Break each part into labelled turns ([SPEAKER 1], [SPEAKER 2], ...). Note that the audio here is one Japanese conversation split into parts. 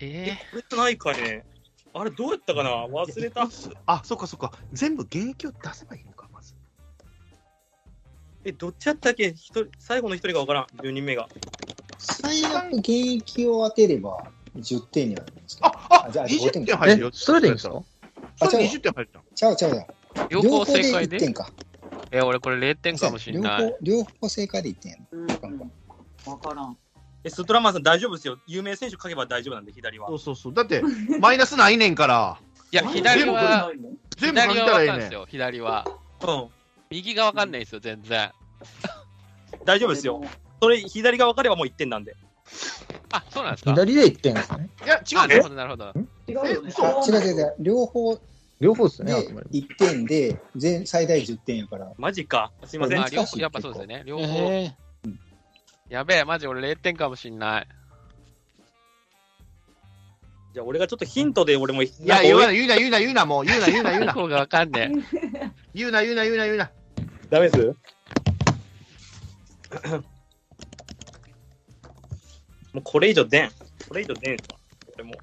[SPEAKER 1] え
[SPEAKER 2] え
[SPEAKER 1] これってないかねあれどうやったかな忘れた。
[SPEAKER 3] あ、そっかそっか。全部現役を出せばいいのか、まず。
[SPEAKER 1] え、どっちやったっけ一人最後の一人がわからん。4人目が。
[SPEAKER 4] 最悪現役を当てれば10点になるんですけど。
[SPEAKER 3] あ、あ、
[SPEAKER 4] あじゃあ
[SPEAKER 3] 20
[SPEAKER 4] 5
[SPEAKER 3] 点
[SPEAKER 4] 点
[SPEAKER 3] 入るよ。
[SPEAKER 5] それでいいんです
[SPEAKER 3] か
[SPEAKER 5] か
[SPEAKER 3] そ
[SPEAKER 4] あ
[SPEAKER 3] れ
[SPEAKER 4] 違う
[SPEAKER 3] 20点入るじゃん。
[SPEAKER 4] ちゃうちゃうちゃう。
[SPEAKER 2] 両方正解
[SPEAKER 4] 1
[SPEAKER 2] で
[SPEAKER 4] 点か。
[SPEAKER 2] え、俺これ0点かもしんない。
[SPEAKER 4] 両方両方正解で1点やな。
[SPEAKER 6] うんわからん。
[SPEAKER 1] え、ストラマンさん大丈夫ですよ。有名選手書けば大丈夫なんで、左は
[SPEAKER 3] そ。うそうそう。だって、 マイナスないねんから、
[SPEAKER 2] いや、左は、
[SPEAKER 3] 全部書い
[SPEAKER 2] 左は
[SPEAKER 3] たら
[SPEAKER 2] わ
[SPEAKER 3] いい
[SPEAKER 2] かんない
[SPEAKER 3] ね
[SPEAKER 2] ですよ、左は。
[SPEAKER 1] うん。
[SPEAKER 2] 右がわかんないですよ、全然。
[SPEAKER 1] 大丈夫ですよ。。それ、左が分かればもう1点なんで。
[SPEAKER 2] あ、そうなんですか。
[SPEAKER 5] 左で1点ですね。
[SPEAKER 3] ん。いや、違
[SPEAKER 2] あ
[SPEAKER 3] う
[SPEAKER 2] なる
[SPEAKER 3] ね
[SPEAKER 2] ほ。ど、なるほど。
[SPEAKER 6] 違うよね。
[SPEAKER 4] あ違う違う違う。両方
[SPEAKER 5] 両方ですね、
[SPEAKER 4] で
[SPEAKER 5] 集まり。
[SPEAKER 4] 1点で全最大10点やから。
[SPEAKER 1] マジか。すいません。
[SPEAKER 2] まあ、
[SPEAKER 1] あ
[SPEAKER 4] 難し
[SPEAKER 2] 両
[SPEAKER 4] い
[SPEAKER 2] 方、やっぱそうですよね。両方。
[SPEAKER 5] えー
[SPEAKER 2] やべえ、マジ俺0点かもしんない。
[SPEAKER 1] じゃあ、俺がちょっとヒントで俺も、い
[SPEAKER 3] いや、言わない、言うな、言うな、言うな、もう、言うな、言うな、言う
[SPEAKER 2] 両
[SPEAKER 3] な、
[SPEAKER 2] 方がわかんね
[SPEAKER 3] 言うな、言うな、言うな、言うな。
[SPEAKER 1] ダメ ですもうこれ以上出ん。これ以上出んすわ。これも。
[SPEAKER 3] ちょ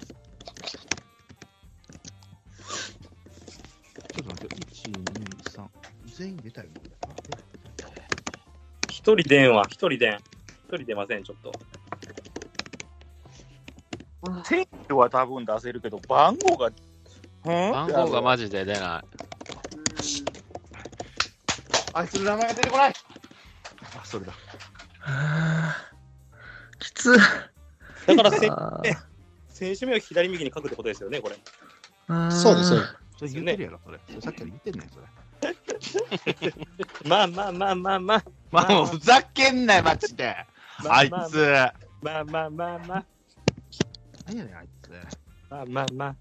[SPEAKER 3] っと待ってよ、1、2、3。全員出たよね。
[SPEAKER 1] 一人出んわ。一人出ん。一人出ません、ちょっと。
[SPEAKER 7] 選挙は多分出せるけど、番号が、
[SPEAKER 2] え。
[SPEAKER 7] 番
[SPEAKER 2] 番号がマジで出な
[SPEAKER 3] あいつの名前が出てこない。あ、それだ。
[SPEAKER 5] はぁきつ
[SPEAKER 1] だからせ、
[SPEAKER 5] あ
[SPEAKER 1] え選手名を左右に書くってことですよね、これ。
[SPEAKER 5] ー
[SPEAKER 4] そうですそうで
[SPEAKER 3] それ言ってるやろ、それ。それさっきから言ってんねん、それ。
[SPEAKER 1] まあまあまあまあまあ。
[SPEAKER 3] まあ、もうふざけんなよ、マジで。
[SPEAKER 1] ま
[SPEAKER 3] あい
[SPEAKER 1] ま
[SPEAKER 3] つ。
[SPEAKER 1] まあまあまあまあ。
[SPEAKER 3] 何やねん、あいつ。
[SPEAKER 1] まあまあま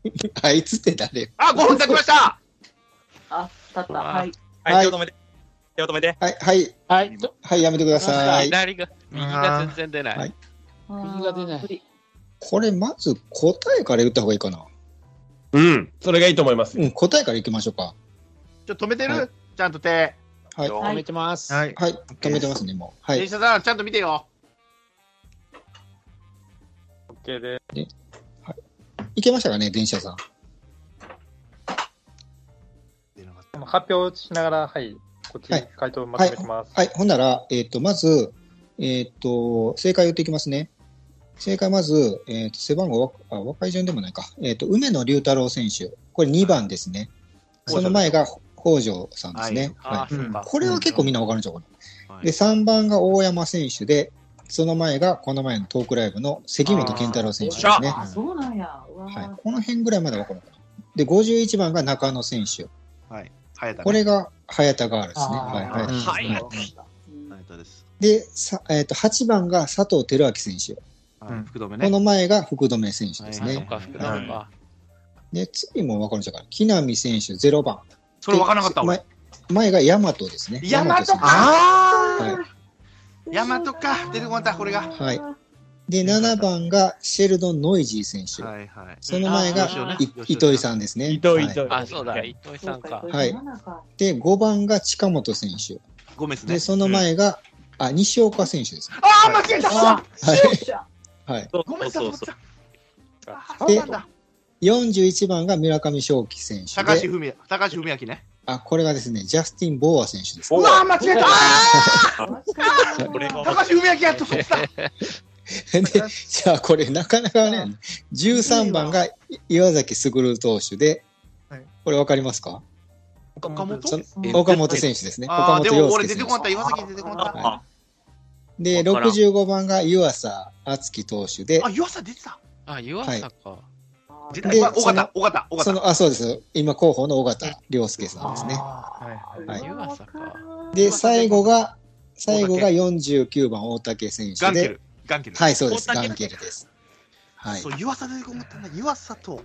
[SPEAKER 4] あいつって誰
[SPEAKER 3] あ、5分経ちました
[SPEAKER 6] あ、たった。はい。
[SPEAKER 1] あ。はい、手を止めて。手を止めて。
[SPEAKER 4] はい、はい、
[SPEAKER 8] はい、ど
[SPEAKER 4] はい、やめてくださ
[SPEAKER 2] い。
[SPEAKER 4] い。
[SPEAKER 2] 左が、右が全然出な
[SPEAKER 4] はいい。
[SPEAKER 8] 右が出ない
[SPEAKER 6] 無理
[SPEAKER 4] これまず答えから言った方がいいかな。
[SPEAKER 9] うん、それがいいと思います
[SPEAKER 4] う
[SPEAKER 9] よ。
[SPEAKER 4] ん、答えからいきましょうか。
[SPEAKER 3] ちょっと止めて
[SPEAKER 4] は
[SPEAKER 3] るちゃんと手。
[SPEAKER 4] はい、
[SPEAKER 7] どう
[SPEAKER 8] 止めてます。
[SPEAKER 5] い。
[SPEAKER 4] はい、止めてますね、もう。は
[SPEAKER 3] 電
[SPEAKER 4] い、
[SPEAKER 3] 車さん、ちゃんと見てよ。
[SPEAKER 1] OK で。
[SPEAKER 4] いけましたかね、電車さん。
[SPEAKER 10] 発表しながら、はい、こっち
[SPEAKER 4] はい
[SPEAKER 10] 回答まとめてます。
[SPEAKER 4] はい、ほんなら、えっ、と、まず、えっ、と、正解を言っていきますね。正解まず、えっ、と、背番号わ、あ、若い順でもないか。えっ、と、梅野龍太郎選手。これ2番ですね。その前が北条さんですね。
[SPEAKER 2] あ
[SPEAKER 4] は
[SPEAKER 2] ー、そっ
[SPEAKER 4] い。
[SPEAKER 2] か。
[SPEAKER 4] これは結構みんなわかるんじゃん、こ
[SPEAKER 3] は
[SPEAKER 4] れ。で、
[SPEAKER 3] い
[SPEAKER 4] 3番が大山選手で、その前がこの前のトークライブの関本健太郎選手ですね。
[SPEAKER 6] あ、そうなんや。うわ
[SPEAKER 4] はい
[SPEAKER 6] ー、
[SPEAKER 4] この辺ぐらいまで分かるかな。で、51番が中野選手。
[SPEAKER 3] 早田
[SPEAKER 4] こ
[SPEAKER 3] ね。
[SPEAKER 4] れが早田ガールですね。
[SPEAKER 8] あ
[SPEAKER 4] はい、
[SPEAKER 8] ー
[SPEAKER 4] 早田です
[SPEAKER 3] はい
[SPEAKER 4] はい
[SPEAKER 6] うん
[SPEAKER 3] 早田です。
[SPEAKER 4] で、さえっと8番が佐藤輝明選手。
[SPEAKER 3] は
[SPEAKER 5] う
[SPEAKER 3] い、
[SPEAKER 5] ん
[SPEAKER 3] 福留
[SPEAKER 4] こ
[SPEAKER 3] ね。
[SPEAKER 4] の前が福留選手です
[SPEAKER 3] はい
[SPEAKER 2] そっ
[SPEAKER 4] ね。
[SPEAKER 2] か、福永か。
[SPEAKER 4] で、次も分かるんじゃないかな。木浪選手0番。
[SPEAKER 3] それ分からなかった、
[SPEAKER 4] で
[SPEAKER 3] 俺。
[SPEAKER 4] 前前が大和ですね。
[SPEAKER 3] 大和か
[SPEAKER 4] 選手
[SPEAKER 3] あ
[SPEAKER 4] はい
[SPEAKER 3] 大和か出てこなかったこれが
[SPEAKER 4] はい。で、7番がシェルドン・ノイジー選手。
[SPEAKER 3] はいはい。
[SPEAKER 4] その前が
[SPEAKER 3] 吉尾ね
[SPEAKER 4] い
[SPEAKER 3] 吉尾
[SPEAKER 4] 糸井さんですね。
[SPEAKER 8] 伊藤伊
[SPEAKER 4] は
[SPEAKER 8] 藤。
[SPEAKER 2] あ、そうだ、伊藤さんか。
[SPEAKER 4] はいいで、5番が近本選手。
[SPEAKER 3] ゴメスね
[SPEAKER 4] で、。その前が、あ、西岡選手です。
[SPEAKER 3] あー、間違えた
[SPEAKER 4] はい。はい。
[SPEAKER 1] そう
[SPEAKER 3] ゴメスだ
[SPEAKER 1] そ
[SPEAKER 3] と
[SPEAKER 1] う
[SPEAKER 3] 思っ
[SPEAKER 1] そう。
[SPEAKER 3] た。あ
[SPEAKER 4] で
[SPEAKER 3] そうなんだ。
[SPEAKER 4] 41番が村上正輝選手
[SPEAKER 3] 高橋
[SPEAKER 4] で、
[SPEAKER 3] 文明、高橋文明ね。
[SPEAKER 4] あ、これがですね、ジャスティン・ボーア選手です。
[SPEAKER 3] うわー、間違えたあ
[SPEAKER 1] これが
[SPEAKER 3] ー高橋文明やっとそうだ。
[SPEAKER 4] で、じゃあこれなかなかね、13番が岩崎卓投手で
[SPEAKER 5] はい、
[SPEAKER 4] これわかりますか
[SPEAKER 3] 岡本
[SPEAKER 4] そ岡本選手ですね。
[SPEAKER 3] あ
[SPEAKER 4] 岡
[SPEAKER 3] ー、
[SPEAKER 4] 本
[SPEAKER 3] でも
[SPEAKER 4] 洋
[SPEAKER 3] 俺
[SPEAKER 4] 介
[SPEAKER 3] 出
[SPEAKER 4] 選
[SPEAKER 3] てこなかった。岩崎出てこなかった。
[SPEAKER 1] あ
[SPEAKER 4] 手。で、65番が湯浅敦樹投手で
[SPEAKER 3] あ、、岩佐出てた。
[SPEAKER 2] あ、湯浅か。
[SPEAKER 3] 出てた。
[SPEAKER 4] で
[SPEAKER 3] 尾形、尾形、尾
[SPEAKER 4] そ
[SPEAKER 3] 形。
[SPEAKER 4] の、あ、そうです。今候補の尾形亮介さんですね。はい
[SPEAKER 2] 湯浅か。
[SPEAKER 4] で、最後が、最後が49番大竹選
[SPEAKER 3] ガ
[SPEAKER 4] 手
[SPEAKER 3] ンケ
[SPEAKER 4] で
[SPEAKER 3] ル、。ガンケル。
[SPEAKER 4] はい、そうです。
[SPEAKER 1] 大
[SPEAKER 4] ガ
[SPEAKER 1] 竹
[SPEAKER 4] ンケルです。はい
[SPEAKER 3] そ。う、湯浅出てこなかったんだ。湯浅と、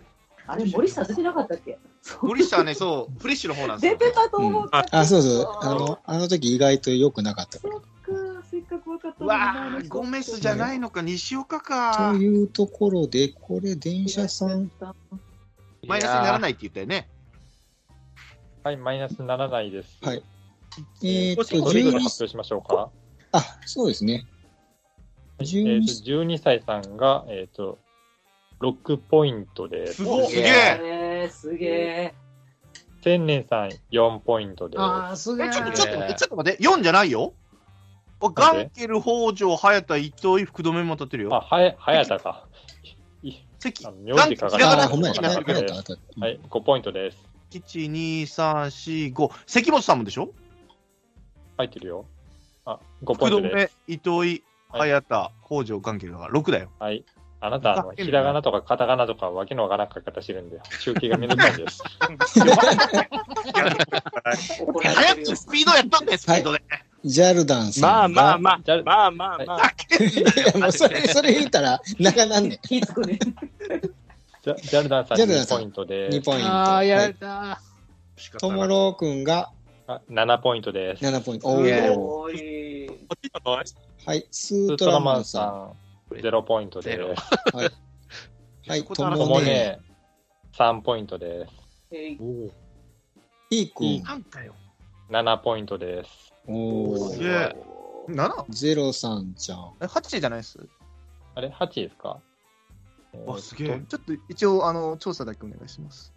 [SPEAKER 6] あれ、森下出てなかったっけ
[SPEAKER 3] 森下はね、そう、フレッシュの方なんです
[SPEAKER 6] 出
[SPEAKER 3] よ。
[SPEAKER 6] てたと思ったけど。
[SPEAKER 4] あ、そうそう。あ
[SPEAKER 6] そ
[SPEAKER 4] の、あの時意外と良くなかった。
[SPEAKER 6] っか、せっかく分かった
[SPEAKER 3] う
[SPEAKER 6] のに
[SPEAKER 3] わー、ゴメスじゃないのか、西岡か
[SPEAKER 4] と。いうところで、これ、電車さん、。
[SPEAKER 3] マイナスにならないって言ったよね。
[SPEAKER 10] はい、マイナスにならないです。
[SPEAKER 4] はいえーっ
[SPEAKER 1] 少
[SPEAKER 4] と、
[SPEAKER 1] し
[SPEAKER 10] それぞれ
[SPEAKER 4] 12
[SPEAKER 10] 発表しましょうか。
[SPEAKER 4] あ、そうですね。
[SPEAKER 10] えー
[SPEAKER 4] 12
[SPEAKER 10] と12歳さんが、えーと6ポイントですす。
[SPEAKER 9] ごっ
[SPEAKER 3] すげえ
[SPEAKER 6] えー、すげえ。
[SPEAKER 10] 千年さん4ポイントです。
[SPEAKER 5] ああ、すげえ。
[SPEAKER 3] え、ちょっと、ちょっと、えちょっと待って、4じゃないよ。おガンケル、北条、早田、伊藤、福留も当たってる
[SPEAKER 10] あ、
[SPEAKER 3] よ。
[SPEAKER 10] はや、はやたか。
[SPEAKER 3] 関、
[SPEAKER 10] あ
[SPEAKER 3] ガン
[SPEAKER 10] 名字
[SPEAKER 3] ケ
[SPEAKER 10] か
[SPEAKER 3] ル、
[SPEAKER 10] か
[SPEAKER 4] あ
[SPEAKER 3] ひ
[SPEAKER 10] る
[SPEAKER 3] らが
[SPEAKER 4] あ
[SPEAKER 3] な
[SPEAKER 4] ー、ほんまや。
[SPEAKER 10] ひ
[SPEAKER 3] ひ
[SPEAKER 10] ら
[SPEAKER 3] らが
[SPEAKER 10] が
[SPEAKER 3] な
[SPEAKER 10] な
[SPEAKER 4] あやったあった。うん
[SPEAKER 10] はい、5ポイントです。
[SPEAKER 3] 1、2、3、4、5。関本さんもでしょ
[SPEAKER 10] 入ってるよ。あ、5ポ
[SPEAKER 3] 福
[SPEAKER 10] イントです。
[SPEAKER 3] 留、伊藤
[SPEAKER 10] は
[SPEAKER 3] 井、
[SPEAKER 10] い
[SPEAKER 3] 早田、北条、ガンケルだから6だよ。
[SPEAKER 10] はい。あなた、あの、ひらがなとかカタカナとかわけのわからん書き方してるんで、集計がめんどくさい です。
[SPEAKER 6] 怒られ
[SPEAKER 3] 早
[SPEAKER 6] てるよ
[SPEAKER 3] くスピードやったんだよ、スピードで。
[SPEAKER 4] ジャルダンさん。
[SPEAKER 1] まあまあま
[SPEAKER 10] じゃ
[SPEAKER 1] あ、
[SPEAKER 10] あ
[SPEAKER 1] まあまあまあ。
[SPEAKER 4] あ。 もうそれ、それ言ったら、長なんね
[SPEAKER 6] 気ぃつくね。
[SPEAKER 10] ジャジャルダンさん
[SPEAKER 4] ジャルダン
[SPEAKER 10] 2
[SPEAKER 4] さん
[SPEAKER 10] ポイント
[SPEAKER 4] ん。
[SPEAKER 10] で
[SPEAKER 4] 2
[SPEAKER 10] す。
[SPEAKER 4] ポイント。
[SPEAKER 2] ああ、やら
[SPEAKER 4] は
[SPEAKER 2] れ
[SPEAKER 4] い
[SPEAKER 2] た。
[SPEAKER 4] ともろくんが
[SPEAKER 10] あ7ポイントです。
[SPEAKER 4] 7ポイント。
[SPEAKER 6] す
[SPEAKER 4] お
[SPEAKER 6] ごい
[SPEAKER 4] ー
[SPEAKER 1] こっちじゃない
[SPEAKER 4] はい、ス
[SPEAKER 10] ウ
[SPEAKER 4] ー
[SPEAKER 10] ル
[SPEAKER 4] ト
[SPEAKER 10] トラ
[SPEAKER 4] ラ
[SPEAKER 10] マ
[SPEAKER 4] マ
[SPEAKER 10] ン
[SPEAKER 4] ン
[SPEAKER 10] さ
[SPEAKER 4] さ
[SPEAKER 10] ん0ポイントで
[SPEAKER 2] ゼロ
[SPEAKER 10] す。
[SPEAKER 4] ん。はい、と
[SPEAKER 10] とも
[SPEAKER 4] もね、
[SPEAKER 10] ね3ポイントです。
[SPEAKER 6] えい
[SPEAKER 4] いいくん。
[SPEAKER 2] なんかよ。
[SPEAKER 10] 7ポイントです。
[SPEAKER 4] お
[SPEAKER 3] す
[SPEAKER 4] ー
[SPEAKER 3] げえ。
[SPEAKER 5] 7?
[SPEAKER 4] ゼロさんちゃん。
[SPEAKER 5] え、8じゃないっす
[SPEAKER 10] あれ ?8 ですか
[SPEAKER 3] わ、すげえ。
[SPEAKER 5] ちょっと一応、あの、調査だけお願いします。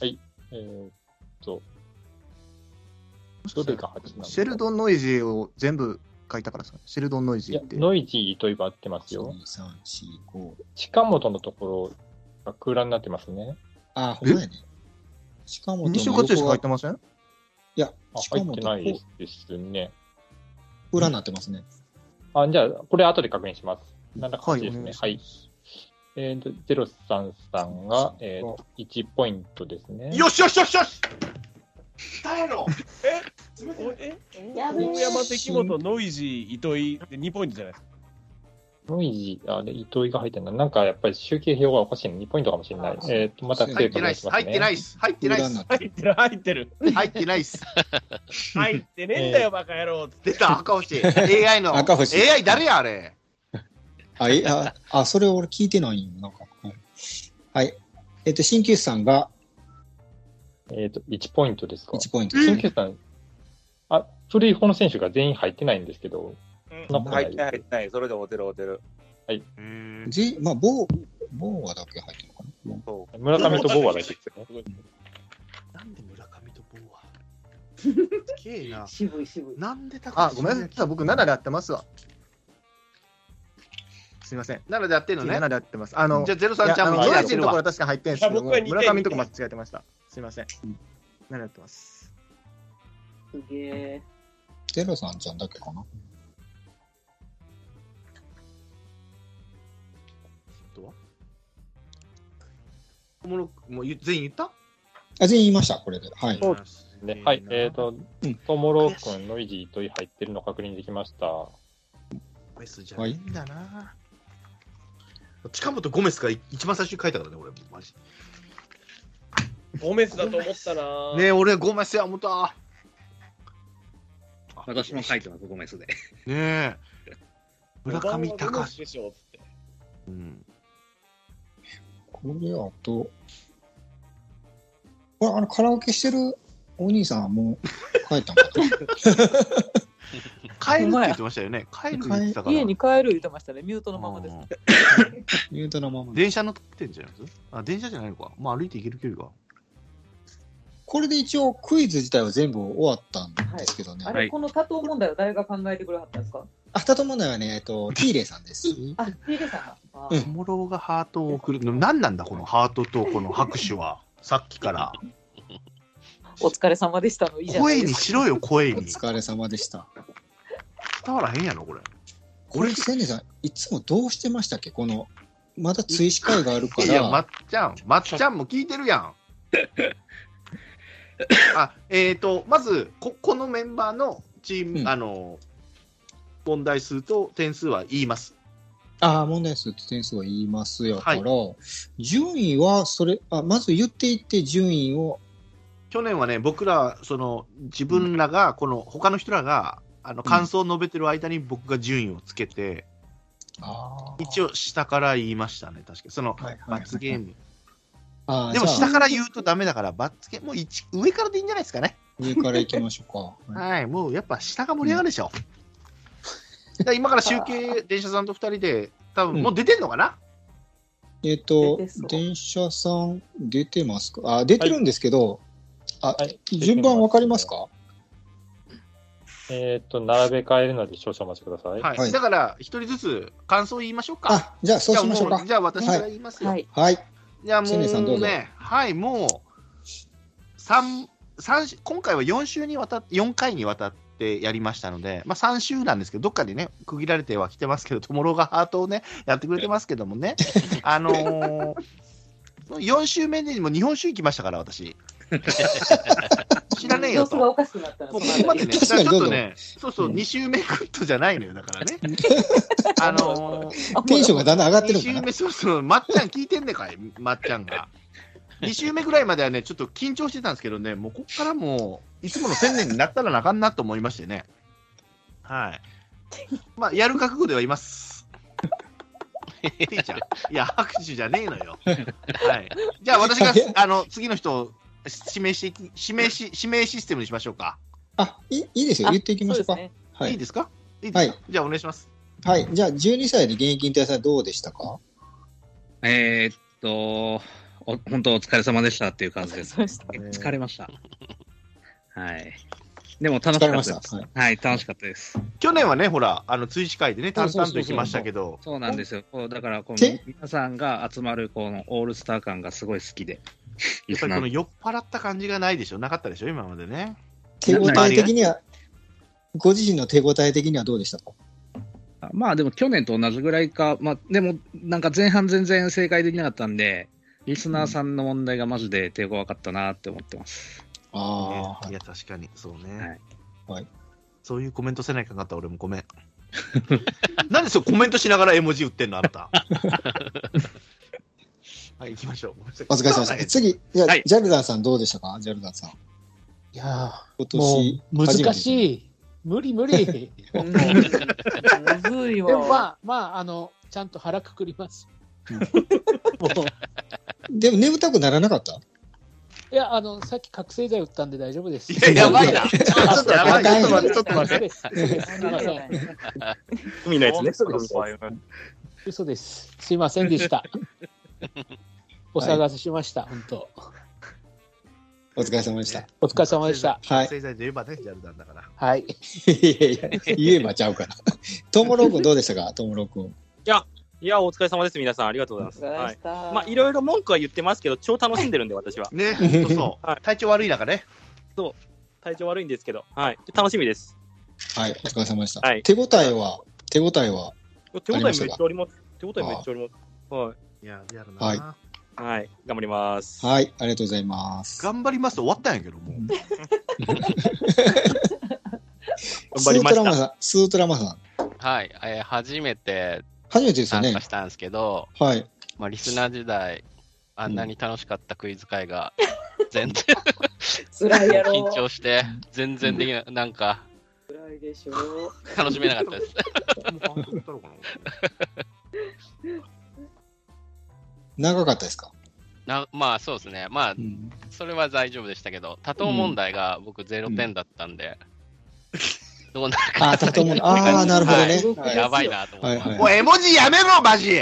[SPEAKER 10] えーっと、どれが8なの
[SPEAKER 5] シェルドンノイジーを全部書いたからさ、シェルドンノイジ
[SPEAKER 10] いや
[SPEAKER 5] ーって。
[SPEAKER 10] ノイジーといえば合ってますよ。
[SPEAKER 4] 2、3、4、5。
[SPEAKER 10] 近本のところが空欄になってますね。
[SPEAKER 4] あ、ほんまやね。しかも、
[SPEAKER 5] 西岡剛しか入ってません
[SPEAKER 4] いや、
[SPEAKER 10] あ、
[SPEAKER 4] しか
[SPEAKER 10] 入
[SPEAKER 4] も
[SPEAKER 10] って、ないですね。
[SPEAKER 4] 裏になってますね。
[SPEAKER 10] あ、じゃあ、これ後で確認します。なんだか
[SPEAKER 5] はい
[SPEAKER 10] 8ですね。
[SPEAKER 5] お
[SPEAKER 10] は
[SPEAKER 5] 願い
[SPEAKER 10] い。えーっと、ゼロさんさんが、えーっと、1ポイントですね。
[SPEAKER 3] よしよしよしよし耐えろ
[SPEAKER 9] おえ
[SPEAKER 6] やべえ
[SPEAKER 9] 大山、関本、ノイジー、糸井で2ポイントじゃない
[SPEAKER 10] ノイジー、あれ、糸井が入ってない。なんかやっぱり集計表がおかしいの、2ポイントかもしれない
[SPEAKER 6] あ。ー
[SPEAKER 10] えーっと、また
[SPEAKER 4] 入
[SPEAKER 3] 入
[SPEAKER 10] 正
[SPEAKER 3] って
[SPEAKER 10] 確
[SPEAKER 3] ない
[SPEAKER 10] に
[SPEAKER 3] っ
[SPEAKER 10] し
[SPEAKER 3] す、
[SPEAKER 10] ます
[SPEAKER 3] 入ってないっ
[SPEAKER 10] ね。
[SPEAKER 3] す、入ってない
[SPEAKER 4] 裏
[SPEAKER 3] っ
[SPEAKER 4] になっ
[SPEAKER 3] す、
[SPEAKER 4] て
[SPEAKER 9] 入ってる、入ってる。
[SPEAKER 3] 入ってないっす。
[SPEAKER 9] 入ってねえんだよ、バカ野郎。
[SPEAKER 3] 出た、赤星。AI の。
[SPEAKER 4] 赤星
[SPEAKER 3] AI 誰や、あれ。
[SPEAKER 4] あ、え、あ、あそれ俺聞いてないよ。なんか。はい。はい、えっと、鍼灸師さんが
[SPEAKER 10] えーっと、1ポイントですか。
[SPEAKER 4] 1ポイントです
[SPEAKER 10] 新
[SPEAKER 4] ね。
[SPEAKER 10] 旧さん、あ、古い方の選手が全員入ってないんですけど、そんなことな
[SPEAKER 7] 入っ
[SPEAKER 10] い
[SPEAKER 7] て
[SPEAKER 10] で
[SPEAKER 7] な
[SPEAKER 10] す
[SPEAKER 7] い、入ってない。それでホテル、ホテル。
[SPEAKER 4] ぜまあ、某、某はだけ入ってるのかな。
[SPEAKER 7] そ
[SPEAKER 10] 村上とボーアだけですね。
[SPEAKER 3] なんで村上とボーは。すげえな。
[SPEAKER 6] 渋い渋い。
[SPEAKER 3] なんで高
[SPEAKER 5] あ、ごめんなさい、僕7で合ってますわ。すみません。
[SPEAKER 3] ならでやってんのね
[SPEAKER 5] 7。で合ってます。あの、
[SPEAKER 3] じゃあ、ゼロ
[SPEAKER 5] いや
[SPEAKER 3] さんちゃ
[SPEAKER 5] あ
[SPEAKER 3] ん
[SPEAKER 5] の
[SPEAKER 3] も
[SPEAKER 5] ノ
[SPEAKER 3] や
[SPEAKER 5] イ
[SPEAKER 3] っ
[SPEAKER 5] ジ
[SPEAKER 3] て
[SPEAKER 5] ーの
[SPEAKER 3] る
[SPEAKER 5] ところ
[SPEAKER 3] わ
[SPEAKER 5] は。確かに入ってんですけど
[SPEAKER 9] いや僕は似てる
[SPEAKER 5] 村上のとこ間違えてました。すみません。
[SPEAKER 4] うん
[SPEAKER 5] 7で合ってます。
[SPEAKER 6] すげえ。
[SPEAKER 4] ゼロさんちゃんだけかな。
[SPEAKER 3] もろもう言全員言った
[SPEAKER 4] あ、全員言いました、これで。はい。
[SPEAKER 3] そう
[SPEAKER 10] ねはい、えーっ、と
[SPEAKER 4] うん、
[SPEAKER 10] トモロー君、ノイジー、糸井入ってるの確認できました。
[SPEAKER 3] ゴメスじゃないんだな。近本ゴメスが一番最初に書いたからね、俺もマジ。
[SPEAKER 9] ゴメスだと思ったな。
[SPEAKER 3] ねえ俺ゴメスや思った。あ
[SPEAKER 8] 私も書いてます、ゴメスで。
[SPEAKER 3] ねえ。村上
[SPEAKER 9] 五番はゴメ
[SPEAKER 3] 隆
[SPEAKER 9] ス。でしょつって
[SPEAKER 3] うん。
[SPEAKER 4] これ、あと、これ、あの、カラオケしてるお兄さんはもう帰ったんか な。
[SPEAKER 3] 帰るって言ってましたよね。帰るって言ってたから。
[SPEAKER 11] 家に帰る言ってましたね、ミュートのままです。
[SPEAKER 3] うん
[SPEAKER 4] ミュートのままで。
[SPEAKER 3] 電車乗ってんじゃないですあ、電車じゃないのか。まあ歩いて行ける距離が。
[SPEAKER 4] これで一応クイズ自体は全部終わったんですけどね。
[SPEAKER 11] あ
[SPEAKER 8] は
[SPEAKER 11] れ、
[SPEAKER 8] い
[SPEAKER 11] この多頭問題は誰が考えてくれはったんですか
[SPEAKER 4] あ、たと問題はね、えっと、ティーレイさんです。
[SPEAKER 11] あ、TK さんが。あ
[SPEAKER 4] うん
[SPEAKER 3] 小室がハートを送る。何なんだ、このハートとこの拍手は。さっきから。
[SPEAKER 11] お疲れ様でしたの、いいじゃない
[SPEAKER 3] 声
[SPEAKER 11] で
[SPEAKER 3] に
[SPEAKER 11] すか。
[SPEAKER 3] しろよ、声
[SPEAKER 4] お
[SPEAKER 3] に。
[SPEAKER 4] 疲れ様でした。
[SPEAKER 3] 伝わらへんやろ、これ。
[SPEAKER 4] これ、千年さん、いつもどうしてましたっけこの、まだ追試会があるから。
[SPEAKER 3] いや、まっちゃん、まっちゃんも聞いてるや ん。あ、えっ、ー、と、まず、ここのメンバーのチーム、
[SPEAKER 4] うん
[SPEAKER 3] あの、問題数と点数は言います。
[SPEAKER 4] ああ、問題数って点数は言いますやから、
[SPEAKER 3] は
[SPEAKER 4] 順位はそれあ、まず言っていって順位を、
[SPEAKER 3] 去年はね、僕ら、その、自分らが、この、他の人らが、あの、感想を述べてる間に僕が順位をつけて、
[SPEAKER 4] あ
[SPEAKER 3] 一応下から言いましたね、確かに。その、
[SPEAKER 4] はいはいはい
[SPEAKER 3] 罰ゲーム。
[SPEAKER 4] あー
[SPEAKER 3] でも
[SPEAKER 4] じゃ
[SPEAKER 3] 下
[SPEAKER 4] あ
[SPEAKER 3] から言うとダメだから、罰ゲーム、もう一上からでいいんじゃないですかね。
[SPEAKER 4] 上から行きましょうか。
[SPEAKER 3] はい、もうやっぱ下が盛り上がるでしょ。だから今から集計、電車さんと2人で、多分もう出てんのかな、
[SPEAKER 4] えっ、と
[SPEAKER 11] 出てそ、う
[SPEAKER 4] 電車さん出てますかあ、出てるんですけど、
[SPEAKER 10] はい
[SPEAKER 4] あ、順番わかりますか、
[SPEAKER 10] えっと、並べ替えるので少々お待ちください。
[SPEAKER 3] はい。
[SPEAKER 4] はい
[SPEAKER 3] だから、一人ずつ感想言いましょうか。
[SPEAKER 4] あ、じゃあそうしましょう
[SPEAKER 3] じゃあも
[SPEAKER 4] か。
[SPEAKER 3] じゃあ、私から言いますよ。
[SPEAKER 11] はい。
[SPEAKER 4] はい。
[SPEAKER 3] じゃあも
[SPEAKER 4] 千里さんど
[SPEAKER 3] う
[SPEAKER 4] うぞ
[SPEAKER 3] ね、はい、もう、三三今回は4週にわたって、4回にわたってやりましたので、まあ3週なんですけど、どっかでね、区切られてはきてますけど、トモロがハートをね、やってくれてますけど もね、あのー、4週目でも日本酒行きましたから、私。知らねえよ
[SPEAKER 11] 様子が
[SPEAKER 3] と。
[SPEAKER 11] おかしくなったら
[SPEAKER 3] もうこ
[SPEAKER 11] その
[SPEAKER 3] こま
[SPEAKER 11] 後に
[SPEAKER 3] でね、
[SPEAKER 4] 確から
[SPEAKER 3] だか
[SPEAKER 4] に
[SPEAKER 3] ちょっとね、そうそう、2週目クッとじゃないのよ、だから ね。あのー、
[SPEAKER 4] テンションがだんだん上がってる
[SPEAKER 3] 2
[SPEAKER 4] のか
[SPEAKER 3] 週
[SPEAKER 4] な。
[SPEAKER 3] 目、そうそう、まっちゃん聞いてんねかい、まっちゃんが。2週目ぐらいまではね、ちょっと緊張してたんですけどね、もうこっからもう、いつもの1000年になったらなあかんなと思いましてね。はい。まあ、やる覚悟ではいます。てぃちゃん、いや、拍手じゃねえのよ。はい。じゃあ、私が、あの、次の人を指名していき、指名し、指名システムにしましょうか。、
[SPEAKER 4] あ、いいいいですよ。
[SPEAKER 11] あ
[SPEAKER 4] 言っていきましょうか。
[SPEAKER 11] そうですね
[SPEAKER 4] はい
[SPEAKER 3] い
[SPEAKER 4] い。
[SPEAKER 3] ですかいいですか、
[SPEAKER 4] は
[SPEAKER 3] じゃあ、お願いします。
[SPEAKER 4] はい。じゃあ、12歳で現役引退さんどうでしたか
[SPEAKER 1] えーっと、お本当お疲れ様でしたっていう感じです。
[SPEAKER 11] そうですね
[SPEAKER 1] 疲れました。はい。でも楽しかったで
[SPEAKER 4] 疲
[SPEAKER 1] す。
[SPEAKER 4] れま
[SPEAKER 1] はい、楽しかったです。
[SPEAKER 3] 去年はね、ほら、あの、追試会でね、淡々と行きましたけど、
[SPEAKER 1] そうなんですよ。こうだからこの
[SPEAKER 4] せ、
[SPEAKER 1] 皆さんが集まるこのオールスター感がすごい好きで。
[SPEAKER 3] やっぱりこの酔っ払った感じがないでしょ、なかったでしょ、今までね。
[SPEAKER 4] 手応え的には、ご自身の手応え的にはどうでしたか
[SPEAKER 1] まあでも去年と同じぐらいか、まあでもなんか前半全然正解できなかったんで、リスナーさんの問題がマジで手強かったなって思ってます。
[SPEAKER 4] あ
[SPEAKER 3] ねいや、確かに、そうね。
[SPEAKER 4] はいはい
[SPEAKER 3] そういうコメントせないかんかった、俺もごめん。 なんでそうコメントしながら絵文字打ってんの、あなた。 はい、行きましょう。ごめんなさい
[SPEAKER 4] あ、お疲れ様でした。次、じゃあ、
[SPEAKER 1] はい
[SPEAKER 4] ジャルダンさんどうでしたかジャルダンさん。
[SPEAKER 10] いや
[SPEAKER 4] 今
[SPEAKER 10] ーも
[SPEAKER 4] 年、
[SPEAKER 10] う難
[SPEAKER 4] い。
[SPEAKER 10] しい。無理無理。
[SPEAKER 11] うんむずい
[SPEAKER 10] でもま
[SPEAKER 11] わ。
[SPEAKER 10] あ、まあ、あの、ちゃんと腹くくります。
[SPEAKER 4] でも眠たくならなかった
[SPEAKER 10] いや、あの、さっき覚醒剤打ったんで大丈夫 です。
[SPEAKER 3] いや、やばいな。ちょっとやばいな。ちょっと待って、ちょっと待
[SPEAKER 10] 嘘
[SPEAKER 3] って。
[SPEAKER 10] です。すみません。
[SPEAKER 7] 海のやつね。
[SPEAKER 10] 嘘です。すいませんでした。お騒がせしました、本当。
[SPEAKER 4] お疲れ様でした。
[SPEAKER 10] お疲れ様でした。
[SPEAKER 4] はい
[SPEAKER 3] 覚。醒剤といえばね、ジャルダンだから。
[SPEAKER 10] はい。
[SPEAKER 4] いやいや、言えばちゃうから。ともろうくんどうでしたかともろうくん。
[SPEAKER 9] いや、お疲れ様です、皆さん。ありがとうございます。はい。まあ、いろいろ文句は言ってますけど、超楽しんでるんで、私は。
[SPEAKER 3] ね、ほんとそ
[SPEAKER 9] は
[SPEAKER 3] う。体調悪い中ね。
[SPEAKER 9] 体調悪いんですけど、はい。楽しみです。
[SPEAKER 4] はい、お疲れ様でした。
[SPEAKER 9] はい
[SPEAKER 4] 手応えは、手応えは、
[SPEAKER 9] 手応えめっちゃあります。手応えめっちゃあります。はい
[SPEAKER 3] や、リアル
[SPEAKER 4] はい
[SPEAKER 3] な。
[SPEAKER 9] い。頑張ります。
[SPEAKER 4] はい、ありがとうございます。
[SPEAKER 3] 頑張りますと終わったんやけど、もう。
[SPEAKER 9] 頑張りま
[SPEAKER 4] スートラ
[SPEAKER 9] し
[SPEAKER 4] マ
[SPEAKER 9] た。
[SPEAKER 4] さん、スートラマさん、
[SPEAKER 2] はい、えー初めて
[SPEAKER 4] 初めてです
[SPEAKER 2] 参
[SPEAKER 4] よね
[SPEAKER 2] 加。したんですけど、
[SPEAKER 4] はい。
[SPEAKER 2] まあ、リスナー時代、あんなに楽しかったクイズ会が、全然
[SPEAKER 11] 辛いやろ。
[SPEAKER 2] 緊張して、全然できななんか、
[SPEAKER 11] 辛いでしょ。
[SPEAKER 2] 楽しめなかったです。
[SPEAKER 3] もう半分打ったのかな
[SPEAKER 4] 長かったですか、
[SPEAKER 2] なまあそうですね、まあ
[SPEAKER 4] うん、
[SPEAKER 2] それは大丈夫でしたけど、多答問題が僕0点だったんで、どうなるか
[SPEAKER 4] あ、たとも、ああ、なるほどね。
[SPEAKER 11] はい
[SPEAKER 2] やばいなと思って、
[SPEAKER 4] はいはい
[SPEAKER 3] もう絵文字やめろ、マ ジい